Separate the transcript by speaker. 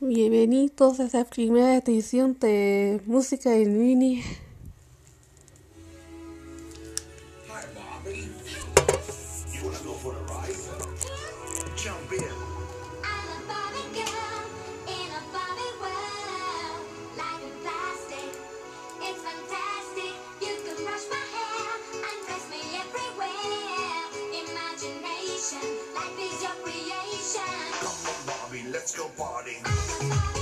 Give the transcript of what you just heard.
Speaker 1: Bienvenidos a esta primera edición de Música en Mini.
Speaker 2: Hi, Bobby. You wanna go for a ride? Jump in.
Speaker 3: I'm a Barbie girl in a Barbie world, like in plastic. It's fantastic. You can brush my hair and dress me everywhere. Imagination, life is your creation.
Speaker 2: Come on, Bobby, let's go party.
Speaker 3: I'm a Barbie